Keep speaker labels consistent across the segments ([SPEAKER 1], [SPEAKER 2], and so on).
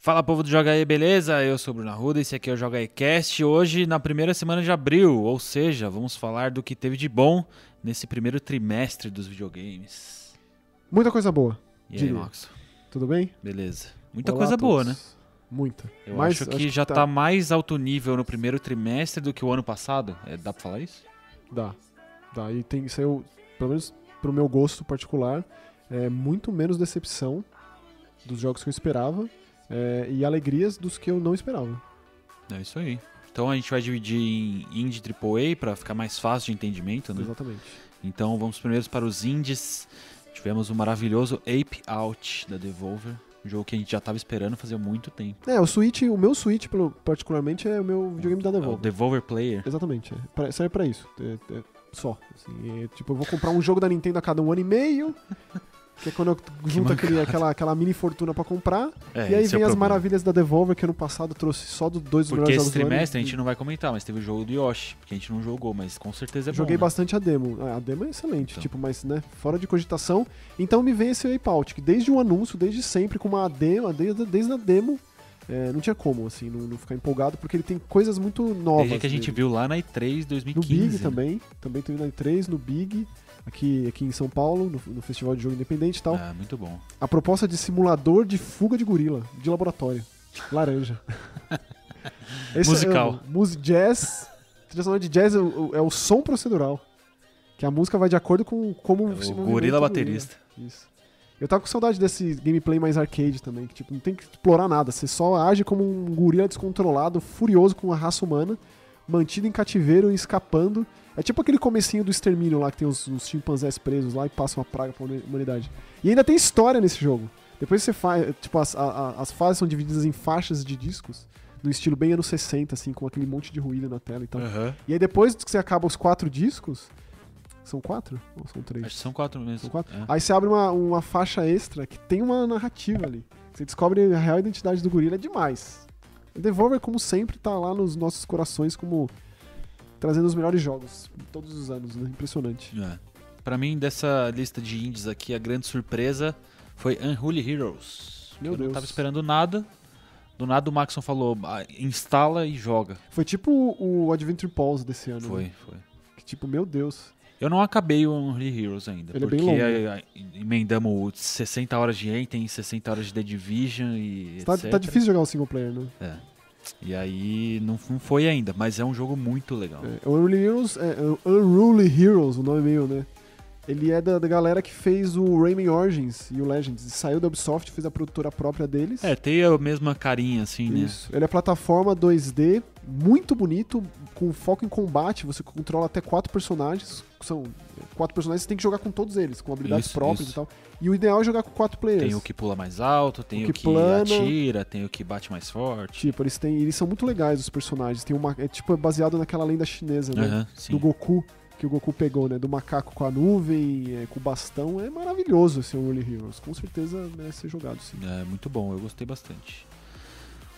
[SPEAKER 1] Fala povo do Joga aí, beleza? Eu sou o Bruno Arruda, esse aqui é o Joga aí Cast. Hoje, na primeira semana de abril, ou seja, vamos falar do que teve de bom nesse primeiro trimestre dos videogames.
[SPEAKER 2] Muita coisa boa.
[SPEAKER 1] E aí,
[SPEAKER 2] Diga.
[SPEAKER 1] Nox?
[SPEAKER 2] Tudo bem?
[SPEAKER 1] Beleza. Muita
[SPEAKER 2] Olá
[SPEAKER 1] coisa
[SPEAKER 2] a
[SPEAKER 1] boa, né?
[SPEAKER 2] todos. Muita.
[SPEAKER 1] Eu
[SPEAKER 2] Mas
[SPEAKER 1] acho, que já tá. mais alto nível no primeiro trimestre do que o ano passado. É, dá pra falar isso?
[SPEAKER 2] Dá. Dá. E tem saiu, pelo menos pro meu gosto particular, é, muito menos decepção dos jogos que eu esperava é, e alegrias dos que eu não esperava.
[SPEAKER 1] É isso aí. Então a gente vai dividir em indie e AAA pra ficar mais fácil de entendimento, né?
[SPEAKER 2] Exatamente.
[SPEAKER 1] Então vamos primeiro para os indies. Tivemos o maravilhoso Ape Out da Devolver. Um jogo que a gente já tava esperando fazer muito tempo.
[SPEAKER 2] É, o Switch, o meu Switch pelo- particularmente é o meu videogame da
[SPEAKER 1] É o
[SPEAKER 2] Devolver.
[SPEAKER 1] Devolver Player.
[SPEAKER 2] Exatamente. É. Pra, serve pra isso. É- é só. Assim, é, tipo, eu vou comprar um jogo da Nintendo a cada um ano e meio. Que é quando eu junto aquele, aquela, aquela mini fortuna pra comprar.
[SPEAKER 1] É,
[SPEAKER 2] e aí
[SPEAKER 1] esse é
[SPEAKER 2] vem
[SPEAKER 1] o
[SPEAKER 2] as
[SPEAKER 1] problema.
[SPEAKER 2] maravilhas da Devolver, que ano passado trouxe só dos dois
[SPEAKER 1] Porque
[SPEAKER 2] melhores
[SPEAKER 1] esse
[SPEAKER 2] jogos do ano.
[SPEAKER 1] trimestre a gente não vai comentar, mas teve o jogo do Yoshi, porque a gente não jogou, mas com certeza é
[SPEAKER 2] Joguei
[SPEAKER 1] bom. né?
[SPEAKER 2] bastante a demo. Ah, A demo é excelente,
[SPEAKER 1] Então.
[SPEAKER 2] tipo, mas, né, fora de cogitação. Então me vem esse Wipeout, que desde o anúncio, desde sempre, com uma demo, desde, desde a demo, é, não tinha como, assim, não, não ficar empolgado, porque ele tem coisas muito novas.
[SPEAKER 1] Desde que a gente
[SPEAKER 2] nele.
[SPEAKER 1] viu lá na E3
[SPEAKER 2] No
[SPEAKER 1] 2015.
[SPEAKER 2] Big
[SPEAKER 1] né?
[SPEAKER 2] também, também teve na E3, no Big, aqui, aqui em São Paulo, no, no Festival de Jogo Independente e tal.
[SPEAKER 1] Ah, muito bom.
[SPEAKER 2] A proposta de simulador de fuga de gorila, de laboratório. Laranja. Esse eu
[SPEAKER 1] Musical.
[SPEAKER 2] amo. Mus jazz. Trilha sonora de jazz é o, é o som procedural. Que a música vai de acordo com como
[SPEAKER 1] É
[SPEAKER 2] se
[SPEAKER 1] o
[SPEAKER 2] movimenta
[SPEAKER 1] gorila baterista.
[SPEAKER 2] Isso. Eu tava com saudade desse gameplay mais arcade também, que tipo, não tem que explorar nada. Você só age como um gorila descontrolado, furioso com a raça humana, mantido em cativeiro e escapando. É tipo aquele comecinho do extermínio lá, que tem os, os chimpanzés presos lá e passa uma praga pra humi- humanidade. E ainda tem história nesse jogo. Depois você faz. Tipo, as, a- a- as fases são divididas em faixas de discos, no estilo bem anos 60, assim, com aquele monte de ruído na tela e tal.
[SPEAKER 1] Aham.
[SPEAKER 2] E aí depois que você acaba os quatro discos. São quatro? Ou são três?
[SPEAKER 1] Acho que são quatro mesmo.
[SPEAKER 2] São quatro.
[SPEAKER 1] É.
[SPEAKER 2] Aí você abre uma, uma faixa extra que tem uma narrativa ali. Você descobre a real identidade do gorila, é demais. O Devolver, como sempre, tá lá nos nossos corações como trazendo os melhores jogos todos os anos, né? Impressionante.
[SPEAKER 1] É. Pra mim, dessa lista de indies aqui, a grande surpresa foi Unholy Heroes.
[SPEAKER 2] Meu
[SPEAKER 1] eu não
[SPEAKER 2] Deus.
[SPEAKER 1] tava esperando nada. Do nada o Maxon falou, "Ah, instala e joga.
[SPEAKER 2] Foi tipo o o Adventure Pause desse ano. né?
[SPEAKER 1] Foi, foi.
[SPEAKER 2] Que tipo, meu Deus.
[SPEAKER 1] Eu não acabei o Unholy Heroes ainda.
[SPEAKER 2] Ele é
[SPEAKER 1] porque
[SPEAKER 2] bem longo.
[SPEAKER 1] a- a- emendamos o 60 horas de Enten, 60 horas de The Division e
[SPEAKER 2] Tá,
[SPEAKER 1] etc.
[SPEAKER 2] tá difícil jogar o single player, né?
[SPEAKER 1] E aí não, não foi ainda, mas é um jogo muito legal.
[SPEAKER 2] É, o Unruly Heroes, é, o Unruly Heroes, o nome é meio, né? Ele é da, da galera que fez o Rayman Origins e o Legends. E saiu da Ubisoft, fez a produtora própria deles.
[SPEAKER 1] É, tem a mesma carinha, assim, né?
[SPEAKER 2] Isso. Ele é plataforma 2D, muito bonito, com foco em combate. Você controla até quatro personagens. que São quatro personagens, você tem que jogar com todos eles, com habilidades
[SPEAKER 1] Isso,
[SPEAKER 2] próprias
[SPEAKER 1] isso.
[SPEAKER 2] e tal. E o ideal é jogar com quatro players.
[SPEAKER 1] Tem o que pula mais alto, tem o que,
[SPEAKER 2] O que plana.
[SPEAKER 1] atira, tem o que bate mais forte.
[SPEAKER 2] Tipo, eles têm. Eles são muito legais, os personagens. Tem uma. É tipo, é baseado naquela lenda chinesa, né?
[SPEAKER 1] Aham, sim.
[SPEAKER 2] Do Goku, que o Goku pegou, né? Do macaco com a nuvem, é, com o bastão. É maravilhoso esse World Heroes. Com certeza merece ser jogado, sim.
[SPEAKER 1] É muito bom, eu gostei bastante.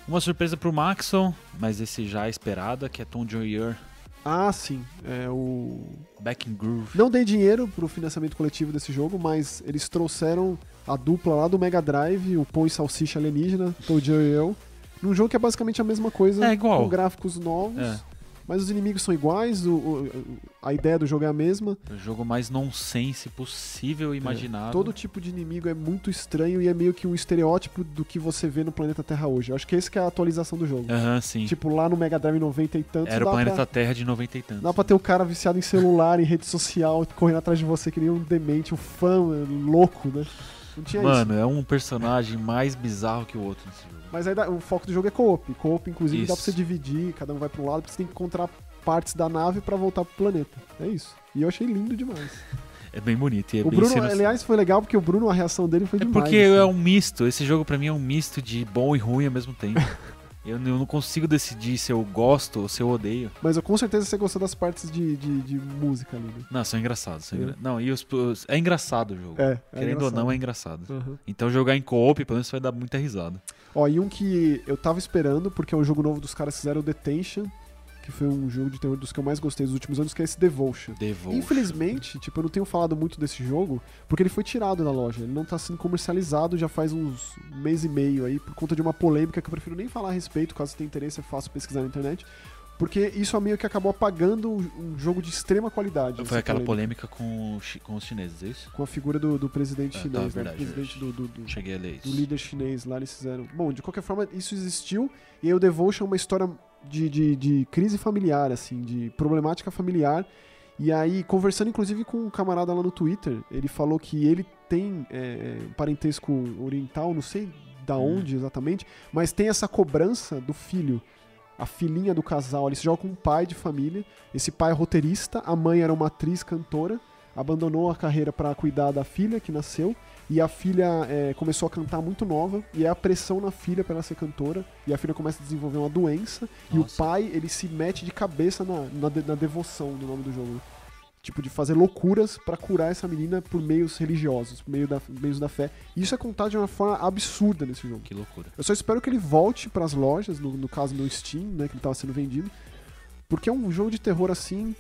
[SPEAKER 1] Uma surpresa pro Maxon, mas esse já é esperada, que é Tom Joyer
[SPEAKER 2] Ah, sim. É o.
[SPEAKER 1] Back in Groove.
[SPEAKER 2] Não dei dinheiro pro financiamento coletivo desse jogo, mas eles trouxeram a dupla lá do Mega Drive, o Pão e Salsicha Alienígena, Toad e eu, num jogo que é basicamente a mesma coisa,
[SPEAKER 1] É igual.
[SPEAKER 2] com gráficos novos,
[SPEAKER 1] É.
[SPEAKER 2] mas os inimigos são iguais, o- o- a ideia do jogo é a mesma.
[SPEAKER 1] O jogo mais nonsense possível e imaginável.
[SPEAKER 2] É, Todo tipo de inimigo é muito estranho e é meio que um estereótipo do que você vê no planeta Terra hoje. Eu acho que esse que é a atualização do jogo.
[SPEAKER 1] Aham, sim.
[SPEAKER 2] Tipo, lá no Mega Drive 90 e tantos,
[SPEAKER 1] Era o
[SPEAKER 2] dá pra-
[SPEAKER 1] planeta Terra de 90 e tantos.
[SPEAKER 2] Dá pra ter o cara viciado em celular, em rede social, correndo atrás de você que nem um demente, um fã um louco, né? Não tinha
[SPEAKER 1] Mano, é um personagem mais bizarro que o outro nesse jogo.
[SPEAKER 2] isso. Mas aí dá- o foco do jogo é co-op. Co-op, inclusive, dá pra
[SPEAKER 1] Isso.
[SPEAKER 2] você dividir, cada um vai pra um lado, porque você tem que encontrar partes da nave pra voltar pro planeta. É isso. E eu achei lindo demais.
[SPEAKER 1] É bem bonito. E é
[SPEAKER 2] o
[SPEAKER 1] bem
[SPEAKER 2] Bruno,
[SPEAKER 1] sendo-
[SPEAKER 2] aliás, foi legal porque o Bruno, a reação dele foi
[SPEAKER 1] É
[SPEAKER 2] demais.
[SPEAKER 1] porque
[SPEAKER 2] assim.
[SPEAKER 1] é um misto. Esse jogo pra mim é um misto de bom e ruim ao mesmo tempo. eu n- eu não consigo decidir se eu gosto ou se eu odeio.
[SPEAKER 2] Mas eu, com certeza você gostou das partes de, de, de música ali, né?
[SPEAKER 1] Não, são engraçados. são
[SPEAKER 2] É.
[SPEAKER 1] engra- Não, e os, os- É engraçado o jogo.
[SPEAKER 2] É, é
[SPEAKER 1] Querendo ou não, é engraçado.
[SPEAKER 2] engraçado. Uhum.
[SPEAKER 1] Então jogar em co-op, pelo menos vai dar muita risada.
[SPEAKER 2] Ó, e um que eu tava esperando, porque é um jogo novo dos caras que fizeram o Detention, que foi um jogo de terror dos que eu mais gostei dos últimos anos, que é esse Devotion.
[SPEAKER 1] Devotion.
[SPEAKER 2] Infelizmente, tipo, eu não tenho falado muito desse jogo, porque ele foi tirado da loja. Ele não tá sendo comercializado já faz uns um mês e meio aí, por conta de uma polêmica que eu prefiro nem falar a respeito, caso tenha interesse, é fácil pesquisar na internet. Porque isso é meio que acabou apagando um um jogo de extrema qualidade. essa
[SPEAKER 1] Foi aquela polêmica com, o chi- com os chineses, é isso?
[SPEAKER 2] Com a figura do, do presidente
[SPEAKER 1] Ah, tá,
[SPEAKER 2] chinês, né?
[SPEAKER 1] verdade,
[SPEAKER 2] Do presidente do- do- do,
[SPEAKER 1] Cheguei a ler isso.
[SPEAKER 2] do líder chinês lá, eles fizeram. Bom, de qualquer forma, isso existiu, e aí o Devotion é uma história de, de, de crise familiar, assim, de problemática familiar. E aí, conversando inclusive com um camarada lá no Twitter, ele falou que ele tem é, é, um parentesco oriental, não sei da
[SPEAKER 1] Hum.
[SPEAKER 2] onde exatamente, mas tem essa cobrança do filho. A filhinha do casal, ele se joga com um pai de família. Esse pai é roteirista, a mãe era uma atriz cantora, abandonou a carreira pra cuidar da filha que nasceu. E a filha é, começou a cantar muito nova, e é a pressão na filha pra ela ser cantora, e a filha começa a desenvolver uma doença, e o
[SPEAKER 1] Nossa.
[SPEAKER 2] pai, ele se mete de cabeça na, na, de- na devoção do nome do jogo. né? Tipo, de fazer loucuras pra curar essa menina por meios religiosos, por meio da, meios da fé. E isso é contado de uma forma absurda nesse jogo.
[SPEAKER 1] Que loucura.
[SPEAKER 2] Eu só espero que ele volte pras lojas, no, no caso no Steam, né, que ele tava sendo vendido, porque é um jogo de terror assim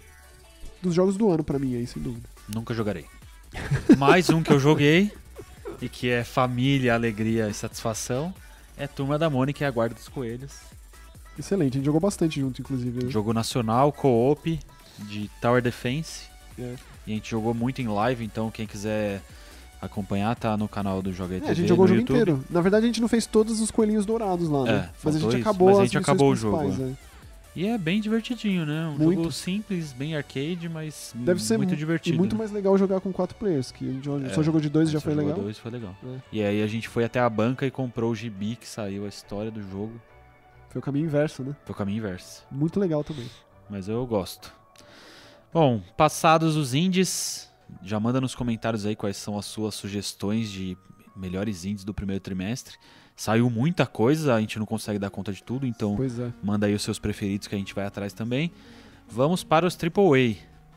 [SPEAKER 2] dos jogos do ano pra mim aí, sem dúvida.
[SPEAKER 1] Nunca jogarei. Mais um que eu joguei, e que é família, alegria e satisfação, é Turma da Mônica e a Guarda dos Coelhos.
[SPEAKER 2] Excelente, a gente jogou bastante junto, inclusive. né?
[SPEAKER 1] Jogo nacional, co-op, de Tower Defense.
[SPEAKER 2] É.
[SPEAKER 1] E a gente jogou muito em live, então quem quiser acompanhar tá no canal do Joga
[SPEAKER 2] É,
[SPEAKER 1] TV,
[SPEAKER 2] a gente jogou o
[SPEAKER 1] no
[SPEAKER 2] jogo
[SPEAKER 1] YouTube.
[SPEAKER 2] inteiro. Na verdade, a gente não fez todos os coelhinhos dourados lá,
[SPEAKER 1] É,
[SPEAKER 2] né? mas a
[SPEAKER 1] faltou
[SPEAKER 2] gente
[SPEAKER 1] isso,
[SPEAKER 2] acabou
[SPEAKER 1] mas a
[SPEAKER 2] as
[SPEAKER 1] gente
[SPEAKER 2] missões
[SPEAKER 1] acabou o jogo,
[SPEAKER 2] principais, né?
[SPEAKER 1] E é bem divertidinho, né? Um
[SPEAKER 2] Muito.
[SPEAKER 1] jogo simples, bem arcade, mas
[SPEAKER 2] Deve ser
[SPEAKER 1] muito
[SPEAKER 2] mu- E
[SPEAKER 1] divertido.
[SPEAKER 2] muito
[SPEAKER 1] né?
[SPEAKER 2] mais legal jogar com quatro players, que a gente jo-
[SPEAKER 1] É,
[SPEAKER 2] só jogou de dois e
[SPEAKER 1] Aí
[SPEAKER 2] já
[SPEAKER 1] só
[SPEAKER 2] foi
[SPEAKER 1] jogou
[SPEAKER 2] legal.
[SPEAKER 1] dois, foi legal.
[SPEAKER 2] É.
[SPEAKER 1] E aí a gente foi até a banca e comprou o gibi que saiu a história do jogo.
[SPEAKER 2] Foi o caminho inverso, né?
[SPEAKER 1] Foi o caminho inverso.
[SPEAKER 2] Muito legal também.
[SPEAKER 1] Mas eu gosto. Bom, passados os indies, já manda nos comentários aí quais são as suas sugestões de melhores indies do primeiro trimestre. Saiu muita coisa, a gente não consegue dar conta de tudo, então
[SPEAKER 2] Pois é.
[SPEAKER 1] Manda aí os seus preferidos que a gente vai atrás também. Vamos para os AAA.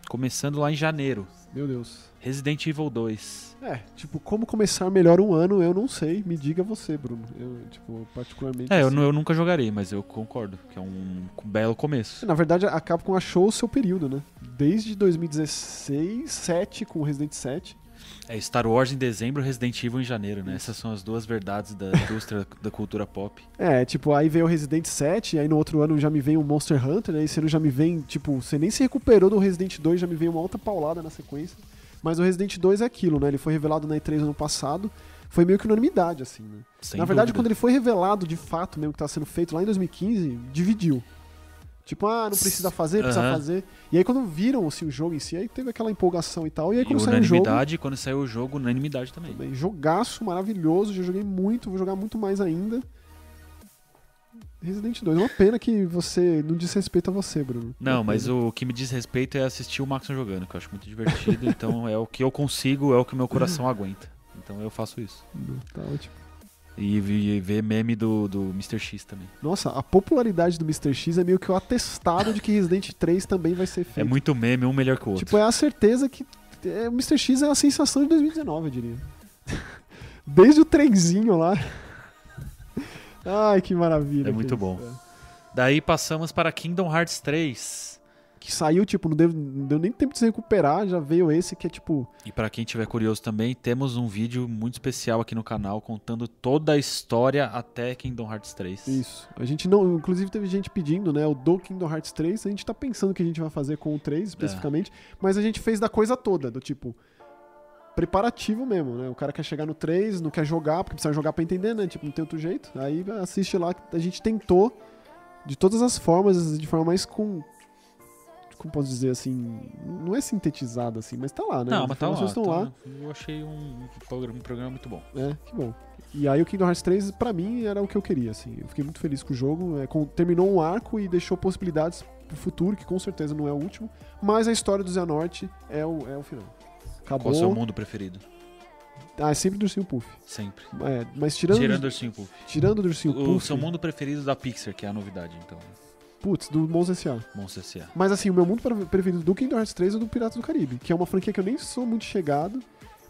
[SPEAKER 1] Começando lá em janeiro.
[SPEAKER 2] Meu Deus.
[SPEAKER 1] Resident Evil 2.
[SPEAKER 2] É, tipo, como começar melhor um ano, eu não sei. Me diga você, Bruno. Eu, tipo, particularmente.
[SPEAKER 1] É, eu,
[SPEAKER 2] assim-
[SPEAKER 1] nu- eu nunca jogarei, mas eu concordo que é um belo começo.
[SPEAKER 2] Na verdade, a Capcom achou o seu período, né? Desde 2016, 7 com Resident 7.
[SPEAKER 1] É Star Wars em dezembro, Resident Evil em janeiro, né? Essas são as duas verdades da indústria da cultura pop.
[SPEAKER 2] É, tipo, aí veio o Resident 7, aí no outro ano já me vem o Monster Hunter, aí esse ano já me vem, tipo, você nem se recuperou do Resident 2, já me vem uma outra paulada na sequência. Mas o Resident 2 é aquilo, né? Ele foi revelado na E3 ano passado, foi meio que unanimidade, assim, né?
[SPEAKER 1] Sem
[SPEAKER 2] na verdade, quando
[SPEAKER 1] dúvida.
[SPEAKER 2] ele foi revelado de fato mesmo que tá sendo feito lá em 2015, dividiu. Tipo, ah, não precisa fazer, precisa
[SPEAKER 1] Aham.
[SPEAKER 2] fazer. E aí quando viram assim, o jogo em si, aí teve aquela empolgação e tal, e aí
[SPEAKER 1] E
[SPEAKER 2] quando saiu o jogo.
[SPEAKER 1] unanimidade, quando saiu o jogo, unanimidade também.
[SPEAKER 2] Também. Jogaço maravilhoso, já joguei muito, vou jogar muito mais ainda. Resident 2, é uma pena que você não diz respeito a você, Bruno.
[SPEAKER 1] Não,
[SPEAKER 2] Uma
[SPEAKER 1] mas
[SPEAKER 2] pena.
[SPEAKER 1] o que me diz respeito é assistir o Maxon jogando, que eu acho muito divertido. então é o que eu consigo, é o que meu coração aguenta. Então eu faço isso.
[SPEAKER 2] Tá ótimo.
[SPEAKER 1] E, vi- ver meme do, do Mr. X também.
[SPEAKER 2] Nossa, a popularidade do Mr. X é meio que o atestado de que Resident 3 também vai ser feito.
[SPEAKER 1] É muito meme, um melhor que o outro.
[SPEAKER 2] Tipo, é a certeza que. é, o Mr. X é a sensação de 2019, eu diria. Desde o trenzinho lá. Ai, que maravilha.
[SPEAKER 1] É
[SPEAKER 2] que
[SPEAKER 1] muito
[SPEAKER 2] isso,
[SPEAKER 1] bom.
[SPEAKER 2] é.
[SPEAKER 1] Daí passamos para Kingdom Hearts 3.
[SPEAKER 2] Que saiu, tipo, não deu, não deu nem tempo de se recuperar, já veio esse que é tipo.
[SPEAKER 1] E para quem tiver curioso também, temos um vídeo muito especial aqui no canal contando toda a história até Kingdom Hearts 3.
[SPEAKER 2] Isso. A gente não. Inclusive teve gente pedindo, né? O do Kingdom Hearts 3. A gente tá pensando o que a gente vai fazer com o
[SPEAKER 1] É.
[SPEAKER 2] 3 especificamente. Mas a gente fez da coisa toda, do tipo. Preparativo mesmo, né? O cara quer chegar no 3, não quer jogar, porque precisa jogar pra entender, né? Tipo, não tem outro jeito. Aí assiste lá, a gente tentou de todas as formas, de forma mais com. Como posso dizer assim? Não é sintetizada assim, mas tá lá, né?
[SPEAKER 1] Não,
[SPEAKER 2] As
[SPEAKER 1] mas tá lá,
[SPEAKER 2] informações estão
[SPEAKER 1] tá
[SPEAKER 2] lá.
[SPEAKER 1] lá. Eu achei um programa, um programa muito bom.
[SPEAKER 2] É, que bom. E aí o Kingdom Hearts 3, pra mim, era o que eu queria, assim. Eu fiquei muito feliz com o jogo. é, com- terminou um arco e deixou possibilidades pro futuro, que com certeza não é o último. Mas a história do Xehanort é o, é o final.
[SPEAKER 1] Qual o seu
[SPEAKER 2] Acabou.
[SPEAKER 1] mundo preferido?
[SPEAKER 2] Ah, é sempre do Ursinho Puff.
[SPEAKER 1] Sempre.
[SPEAKER 2] É, mas tirando,
[SPEAKER 1] Tirando o Ursinho Puff.
[SPEAKER 2] tirando do Ursinho
[SPEAKER 1] O
[SPEAKER 2] Puff...
[SPEAKER 1] seu mundo preferido da Pixar, que é a novidade, então.
[SPEAKER 2] Putz, do Mons S.A.
[SPEAKER 1] Monstro S.A.
[SPEAKER 2] Mas assim, o meu mundo pre- preferido do Kingdom Hearts 3 é o do Piratas do Caribe, que é uma franquia que eu nem sou muito chegado,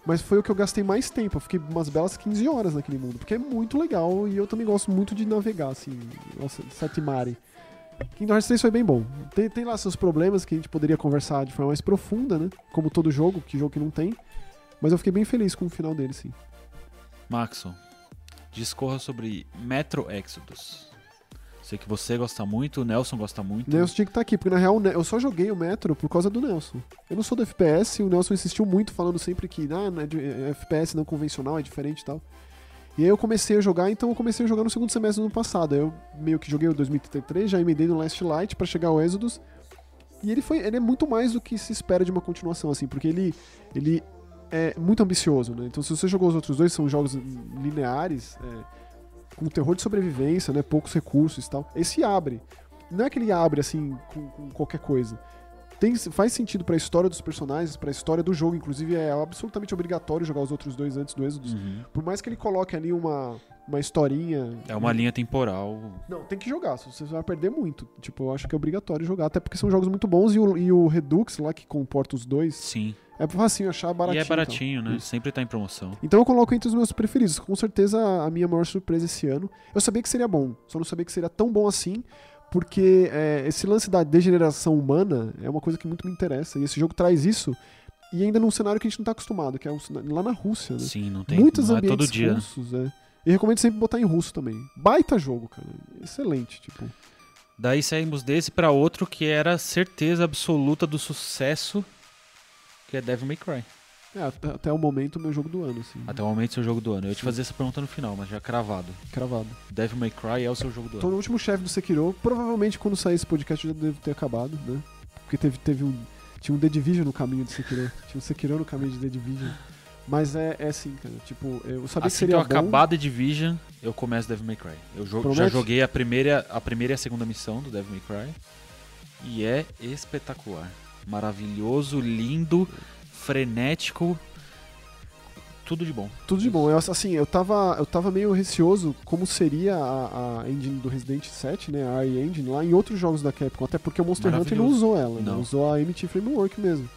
[SPEAKER 2] mas foi o que eu gastei mais tempo. Eu fiquei umas belas 15 horas naquele mundo, porque é muito legal e eu também gosto muito de navegar, assim, nossa, Satimari. Kingdom Hearts 3 foi bem bom. Tem, tem lá seus problemas que a gente poderia conversar de forma mais profunda, né? Como todo jogo, que jogo que não tem. Mas eu fiquei bem feliz com o final dele, sim.
[SPEAKER 1] Maxon, discorra sobre Metro Exodus. Sei que você gosta muito, o Nelson gosta muito.
[SPEAKER 2] Nelson tinha que estar aqui, porque na real o Ne- eu só joguei o Metro por causa do Nelson. Eu não sou do FPS, o Nelson insistiu muito falando sempre que ah, não é de- é FPS não convencional, é diferente e tal. E aí eu comecei a jogar, então eu comecei a jogar no segundo semestre do ano passado. Aí Eu meio que joguei o 2033, já emendei no Last Light pra chegar ao Exodus. E ele foi, ele é muito mais do que se espera de uma continuação assim, porque ele ele é muito ambicioso, né? Então se você jogou os outros dois, são jogos lineares, é, com terror de sobrevivência, né, poucos recursos e tal. Esse abre não é que ele abre assim com, com qualquer coisa. Tem, faz sentido pra história dos personagens, pra história do jogo, inclusive é absolutamente obrigatório jogar os outros dois antes do Exodus.
[SPEAKER 1] Uhum.
[SPEAKER 2] Por mais que ele coloque ali uma, uma historinha.
[SPEAKER 1] É uma linha temporal.
[SPEAKER 2] Não, tem que jogar, senão você vai perder muito. Tipo, eu acho que é obrigatório jogar, até porque são jogos muito bons e o, e o Redux lá que comporta os dois
[SPEAKER 1] Sim.
[SPEAKER 2] é facinho achar baratinho.
[SPEAKER 1] e é baratinho,
[SPEAKER 2] então.
[SPEAKER 1] né?
[SPEAKER 2] Isso.
[SPEAKER 1] Sempre tá em promoção.
[SPEAKER 2] Então eu coloco entre os meus preferidos. Com certeza a minha maior surpresa esse ano. Eu sabia que seria bom, só não sabia que seria tão bom assim, porque é, esse lance da degeneração humana é uma coisa que muito me interessa. E esse jogo traz isso, e ainda num cenário que a gente não tá acostumado, que é um cenário- lá na Rússia, né?
[SPEAKER 1] Sim, não tem.
[SPEAKER 2] Muitos
[SPEAKER 1] não é
[SPEAKER 2] ambientes
[SPEAKER 1] todo dia.
[SPEAKER 2] russos, é. E recomendo sempre botar em russo também. Baita jogo, cara. Excelente, tipo.
[SPEAKER 1] Daí saímos desse pra outro que era certeza absoluta do sucesso, que é Devil May Cry.
[SPEAKER 2] É, até, até o momento, meu jogo do ano, assim.
[SPEAKER 1] Até o momento, seu jogo do ano. Eu ia te fazer essa pergunta no final, mas já cravado.
[SPEAKER 2] Cravado.
[SPEAKER 1] Devil May Cry é o seu jogo do
[SPEAKER 2] Tô
[SPEAKER 1] ano.
[SPEAKER 2] no Então, último chefe do Sekiro. Provavelmente quando sair esse podcast eu já devo ter acabado, né? Porque teve, teve um. Tinha um The Division no caminho do Sekiro. Tinha um Sekiro no caminho de The Division. Mas é, é assim, cara. Tipo, eu sabia que
[SPEAKER 1] Assim que
[SPEAKER 2] seria
[SPEAKER 1] eu
[SPEAKER 2] bom.
[SPEAKER 1] acabar The Division, eu começo Devil May Cry. Eu jo- já
[SPEAKER 2] Promete?
[SPEAKER 1] joguei a primeira, a primeira e a segunda missão do Devil May Cry. E é espetacular. Maravilhoso, lindo, frenético. Tudo de bom.
[SPEAKER 2] Tudo de bom. Eu, assim, eu tava, eu tava meio receoso como seria a, a engine do Resident 7, né? A AI Engine, lá em outros jogos da Capcom. Até porque o Monster Hunter não
[SPEAKER 1] Maravilhoso.
[SPEAKER 2] usou ela, né?
[SPEAKER 1] Não.
[SPEAKER 2] Usou a MT Framework mesmo.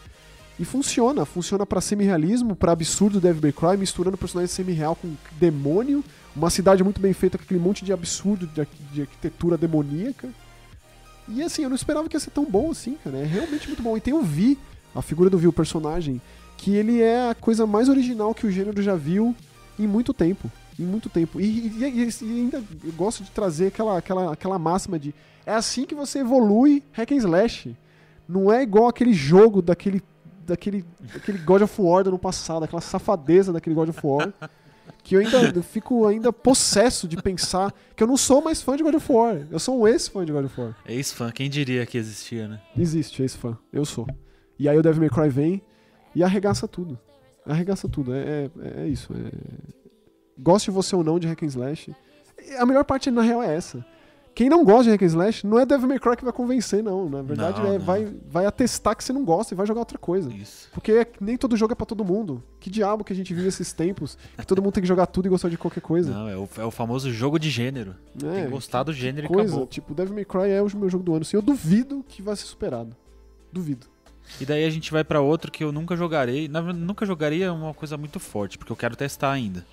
[SPEAKER 2] E funciona. Funciona pra semi-realismo, pra absurdo Devil May Cry, misturando personagens semi-real com demônio. Uma cidade muito bem feita, com aquele monte de absurdo de, arqui- de arquitetura demoníaca. E assim, eu não esperava que ia ser tão bom assim, cara. É realmente muito bom. E tem o Vi, a figura do Vi, o personagem, que ele é a coisa mais original que o gênero já viu em muito tempo. Em muito tempo. E, e- e- e ainda eu gosto de trazer aquela, aquela, aquela máxima de é assim que você evolui hack and slash. Não é igual aquele jogo daquele, daquele, daquele God of War do ano passado, aquela safadeza daquele God of War. Que eu ainda eu fico ainda possesso de pensar que eu não sou mais fã de God of War. Eu sou um ex-fã de God of War.
[SPEAKER 1] Ex-fã, quem diria que existia, né?
[SPEAKER 2] Existe, esse fã. Eu sou. E aí o Devil May Cry vem e arregaça tudo. Arregaça tudo. É, é, é isso. É... Goste você ou não de Hack and Slash. E A melhor parte, na real, é essa. Quem não gosta de Hack and Slash, não é Devil May Cry que vai convencer, não. Na verdade,
[SPEAKER 1] Não,
[SPEAKER 2] é,
[SPEAKER 1] não.
[SPEAKER 2] Vai, vai atestar que você não gosta e vai jogar outra coisa.
[SPEAKER 1] Isso.
[SPEAKER 2] Porque é- nem todo jogo é pra todo mundo. Que diabo que a gente vive esses tempos que todo mundo tem que jogar tudo e gostar de qualquer coisa.
[SPEAKER 1] Não, é o, é o famoso jogo de gênero. Tem
[SPEAKER 2] É,
[SPEAKER 1] que gostar do gênero e
[SPEAKER 2] coisa.
[SPEAKER 1] acabou.
[SPEAKER 2] Tipo, Devil May Cry é o meu jogo do ano. Assim, eu duvido que vai ser superado. Duvido.
[SPEAKER 1] E daí a gente vai pra outro que eu nunca jogarei. Na, verdade, nunca jogarei é uma coisa muito forte, porque eu quero testar ainda.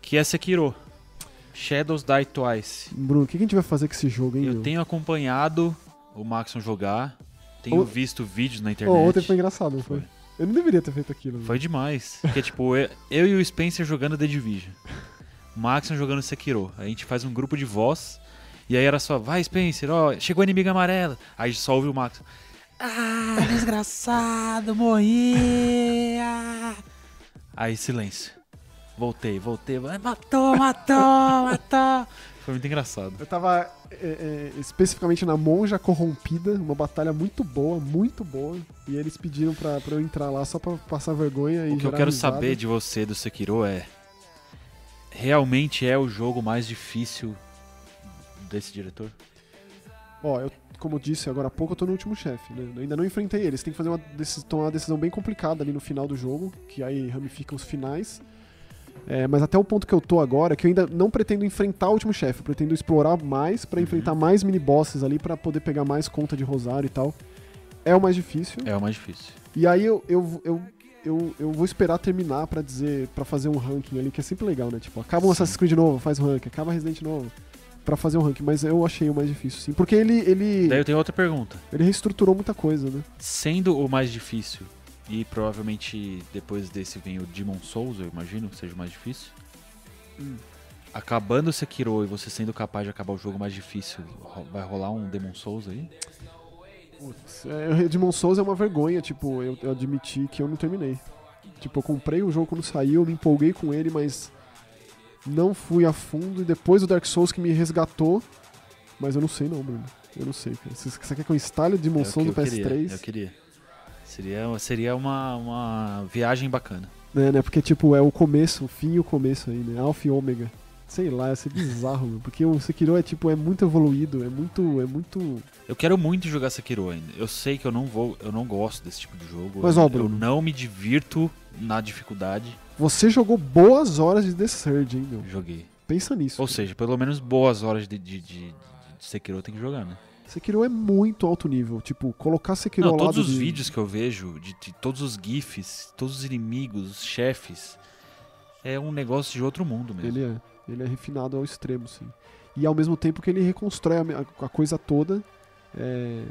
[SPEAKER 1] Que é Sekiro. Shadows Die Twice.
[SPEAKER 2] Bruno, o que que a gente vai fazer com esse jogo, hein?
[SPEAKER 1] Eu
[SPEAKER 2] meu?
[SPEAKER 1] tenho acompanhado o Maxon jogar, tenho
[SPEAKER 2] O-
[SPEAKER 1] visto vídeos na
[SPEAKER 2] Ó,
[SPEAKER 1] internet.
[SPEAKER 2] ontem foi engraçado, não foi?
[SPEAKER 1] Foi.
[SPEAKER 2] Eu não deveria ter feito aquilo. né?
[SPEAKER 1] Foi demais. Porque, tipo, eu, eu e o Spencer jogando The Division. O Maxon jogando Sekiro. A gente faz um grupo de voz. E aí era só, vai Spencer, ó, chegou a inimiga amarela. Aí só ouve o Maxon. Ah, desgraçado, morri. ah." Aí silêncio. Voltei, voltei. vai, Matou, matou, matou. Foi muito engraçado.
[SPEAKER 2] Eu tava é, é, especificamente na Monja Corrompida, uma batalha muito boa, muito boa. E eles pediram pra, pra eu entrar lá só pra passar vergonha e
[SPEAKER 1] O que eu
[SPEAKER 2] gerar
[SPEAKER 1] quero
[SPEAKER 2] risada.
[SPEAKER 1] saber de você do Sekiro é realmente é o jogo mais difícil desse diretor?
[SPEAKER 2] Ó, eu, como eu disse agora há pouco, eu tô no último chefe, né? Eu ainda não enfrentei eles. Tem que fazer uma decisão, tomar uma decisão bem complicada ali no final do jogo, que aí ramifica os finais. É, mas até o ponto que eu tô agora, que eu ainda não pretendo enfrentar o último chefe, eu pretendo explorar mais
[SPEAKER 1] Uhum.
[SPEAKER 2] pra enfrentar mais mini bosses ali pra poder pegar mais conta de rosário e tal. É o mais difícil.
[SPEAKER 1] É o mais difícil.
[SPEAKER 2] E aí eu, eu, eu, eu, eu vou esperar terminar pra dizer, para fazer um ranking ali, que é sempre legal, né? Tipo, acaba um
[SPEAKER 1] Sim.
[SPEAKER 2] Assassin's Creed novo, faz um ranking, acaba Resident novo. pra fazer o ranking, mas eu achei o mais difícil, sim. Porque ele, ele,
[SPEAKER 1] Daí eu tenho outra pergunta.
[SPEAKER 2] ele reestruturou muita coisa, né?
[SPEAKER 1] Sendo o mais difícil, e provavelmente depois desse vem o Demon Souls, eu imagino que seja o mais difícil.
[SPEAKER 2] Hum.
[SPEAKER 1] Acabando o Sekiro e você sendo capaz de acabar o jogo mais difícil, ro- vai rolar um Demon Souls aí?
[SPEAKER 2] Putz, é, o Redmond Souls é uma vergonha, tipo, eu, eu admiti que eu não terminei. Tipo, eu comprei o jogo quando saiu, me empolguei com ele, mas não fui a fundo. E depois o Dark Souls que me resgatou, mas eu não sei não, Bruno. Eu não sei, cara. Você, você quer que eu instale o Demon
[SPEAKER 1] É o que
[SPEAKER 2] Souls no
[SPEAKER 1] eu queria,
[SPEAKER 2] PS3?
[SPEAKER 1] Eu queria. Seria, seria uma, uma viagem bacana.
[SPEAKER 2] Né, né? Porque, tipo, é o começo, o fim e o começo aí, né? Alpha e ômega. Sei lá, ia ser bizarro, meu, porque o Sekiro é, tipo, é muito evoluído, é muito, é muito...
[SPEAKER 1] Eu quero muito jogar Sekiro ainda. Eu sei que eu não vou, eu não gosto desse tipo de jogo.
[SPEAKER 2] Mas,
[SPEAKER 1] eu,
[SPEAKER 2] ó,
[SPEAKER 1] eu
[SPEAKER 2] Bruno.
[SPEAKER 1] não me divirto na dificuldade.
[SPEAKER 2] Você jogou boas horas de The Surge, hein, meu?
[SPEAKER 1] Joguei.
[SPEAKER 2] Pensa nisso.
[SPEAKER 1] Ou seja, pelo menos boas horas de, de, de, de Sekiro tem que jogar, né?
[SPEAKER 2] Sekiro é muito alto nível. Tipo, colocar Sekiro
[SPEAKER 1] Não,
[SPEAKER 2] ao lado
[SPEAKER 1] todos os
[SPEAKER 2] de-
[SPEAKER 1] vídeos que eu vejo, de, de todos os GIFs, todos os inimigos, os chefes, é um negócio de outro mundo mesmo.
[SPEAKER 2] Ele é. Ele é refinado ao extremo, sim. E ao mesmo tempo que ele reconstrói a, me- a coisa toda. é,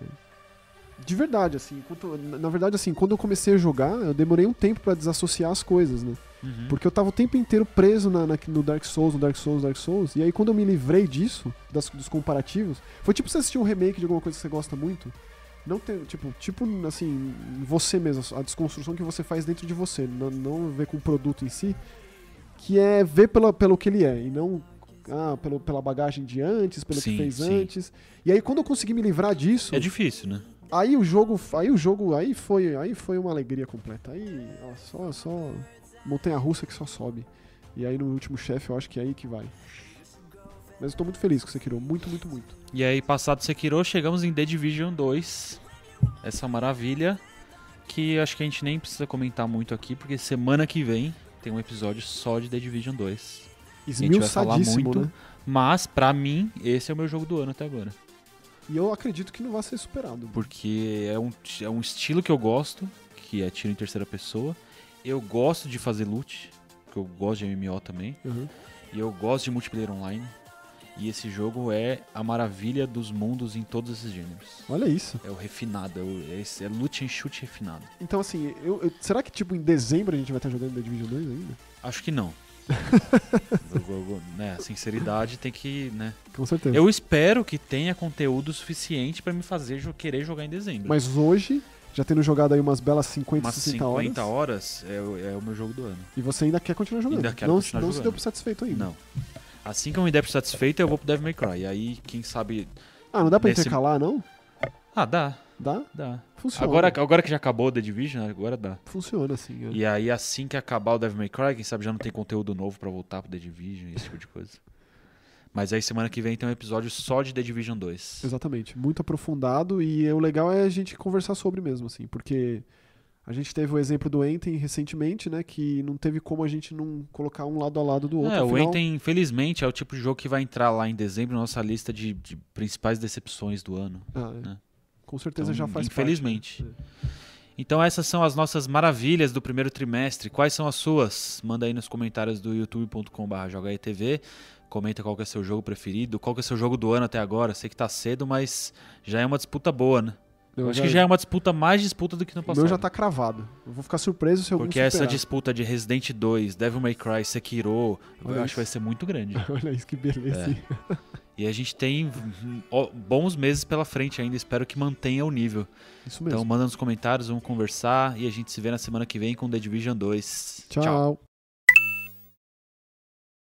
[SPEAKER 2] De verdade, assim. enquanto- na na verdade, assim, quando eu comecei a jogar, eu demorei um tempo pra desassociar as coisas, né?
[SPEAKER 1] Uhum.
[SPEAKER 2] Porque eu tava o tempo inteiro preso na- na- no Dark Souls, no Dark Souls, Dark Souls. E aí quando eu me livrei disso, das- dos comparativos, foi tipo você assistir um remake de alguma coisa que você gosta muito. Não tem, tipo, tipo assim, em você mesmo, a desconstrução que você faz dentro de você, não, não ver com o produto em si, que é ver pela, pelo que ele é, e não ah, pelo, pela bagagem de antes, pelo
[SPEAKER 1] Sim,
[SPEAKER 2] que fez
[SPEAKER 1] sim.
[SPEAKER 2] antes. E aí quando eu consegui me livrar disso,
[SPEAKER 1] É difícil, né?
[SPEAKER 2] aí o jogo, aí o jogo, aí foi, aí foi uma alegria completa. Aí, ó, só, só montanha russa que só sobe. E aí no último chefe, eu acho que é aí que vai. Mas eu tô muito feliz que você criou, muito, muito, muito.
[SPEAKER 1] E aí, passado Sekiro, chegamos em The Division 2. Essa maravilha que acho que a gente nem precisa comentar muito aqui, porque semana que vem tem um episódio só de The Division 2.
[SPEAKER 2] Esmiuçadíssimo, né?
[SPEAKER 1] Mas, pra mim, esse é o meu jogo do ano até agora.
[SPEAKER 2] E eu acredito que não vai ser superado.
[SPEAKER 1] Porque é um, ti- é um estilo que eu gosto, que é tiro em terceira pessoa. Eu gosto de fazer loot, porque eu gosto de MMO também.
[SPEAKER 2] Uhum.
[SPEAKER 1] E eu gosto de multiplayer online. E esse jogo é a maravilha dos mundos em todos esses gêneros.
[SPEAKER 2] Olha isso.
[SPEAKER 1] É o refinado, é, o, é, esse- é loot and shoot refinado.
[SPEAKER 2] Então, assim, eu, eu- será que, tipo, em dezembro a gente vai estar jogando The Division 2 ainda?
[SPEAKER 1] Acho que não. Eu- eu- eu- né, a sinceridade tem que. Né?
[SPEAKER 2] Com certeza.
[SPEAKER 1] Eu espero que tenha conteúdo suficiente pra me fazer jo- querer jogar em dezembro.
[SPEAKER 2] Mas hoje, já tendo jogado aí umas belas 50,
[SPEAKER 1] Mas
[SPEAKER 2] 60
[SPEAKER 1] 50
[SPEAKER 2] horas,
[SPEAKER 1] horas, é, o- é o meu jogo do ano.
[SPEAKER 2] E você ainda quer continuar jogando.
[SPEAKER 1] Ainda quero
[SPEAKER 2] não
[SPEAKER 1] continuar
[SPEAKER 2] não se
[SPEAKER 1] jogando.
[SPEAKER 2] deu por satisfeito ainda.
[SPEAKER 1] Não. Assim que eu me der por satisfeito, eu vou pro Devil May Cry. Aí, quem sabe.
[SPEAKER 2] Ah, não dá pra
[SPEAKER 1] Nesse-
[SPEAKER 2] intercalar, não?
[SPEAKER 1] Ah, dá,
[SPEAKER 2] Dá?
[SPEAKER 1] dá.
[SPEAKER 2] Funciona.
[SPEAKER 1] Agora, agora que já acabou The Division, agora dá.
[SPEAKER 2] Funciona, assim. é.
[SPEAKER 1] é E aí, assim que acabar o Devil May Cry, quem sabe já não tem conteúdo novo pra voltar pro The Division, esse tipo de coisa. Mas aí, semana que vem tem um episódio só de The Division 2.
[SPEAKER 2] Exatamente. Muito aprofundado. E é, o legal é a gente conversar sobre mesmo, assim. Porque a gente teve o exemplo do Enten recentemente, né? Que não teve como a gente não colocar um lado a lado do outro.
[SPEAKER 1] é, o
[SPEAKER 2] afinal-
[SPEAKER 1] Enten, infelizmente, é o tipo de jogo que vai entrar lá em dezembro na nossa lista de, de principais decepções do ano.
[SPEAKER 2] Ah, é.
[SPEAKER 1] né?
[SPEAKER 2] Com certeza
[SPEAKER 1] Então,
[SPEAKER 2] já faz
[SPEAKER 1] infelizmente.
[SPEAKER 2] parte, né? É.
[SPEAKER 1] Então essas são as nossas maravilhas do primeiro trimestre. Quais são as suas? Manda aí nos comentários do youtube.com.br TV. Comenta qual que é seu jogo preferido, qual que é seu jogo do ano até agora. Sei que tá cedo, mas já é uma disputa boa, né? Eu
[SPEAKER 2] Eu
[SPEAKER 1] Acho que já é uma disputa mais disputa do que no
[SPEAKER 2] O
[SPEAKER 1] passado.
[SPEAKER 2] meu já tá cravado. Eu vou ficar surpreso se algum
[SPEAKER 1] Porque essa
[SPEAKER 2] superar.
[SPEAKER 1] disputa de Resident 2, Devil May Cry, Sekiro, eu
[SPEAKER 2] Olha
[SPEAKER 1] acho
[SPEAKER 2] isso.
[SPEAKER 1] que vai ser muito grande.
[SPEAKER 2] Olha isso, que beleza.
[SPEAKER 1] É.
[SPEAKER 2] hein?
[SPEAKER 1] e a gente tem ó, bons meses pela frente ainda, espero que mantenha o nível.
[SPEAKER 2] Isso
[SPEAKER 1] Então
[SPEAKER 2] mesmo.
[SPEAKER 1] manda nos comentários, vamos conversar e a gente se vê na semana que vem com The Division 2.
[SPEAKER 2] Tchau.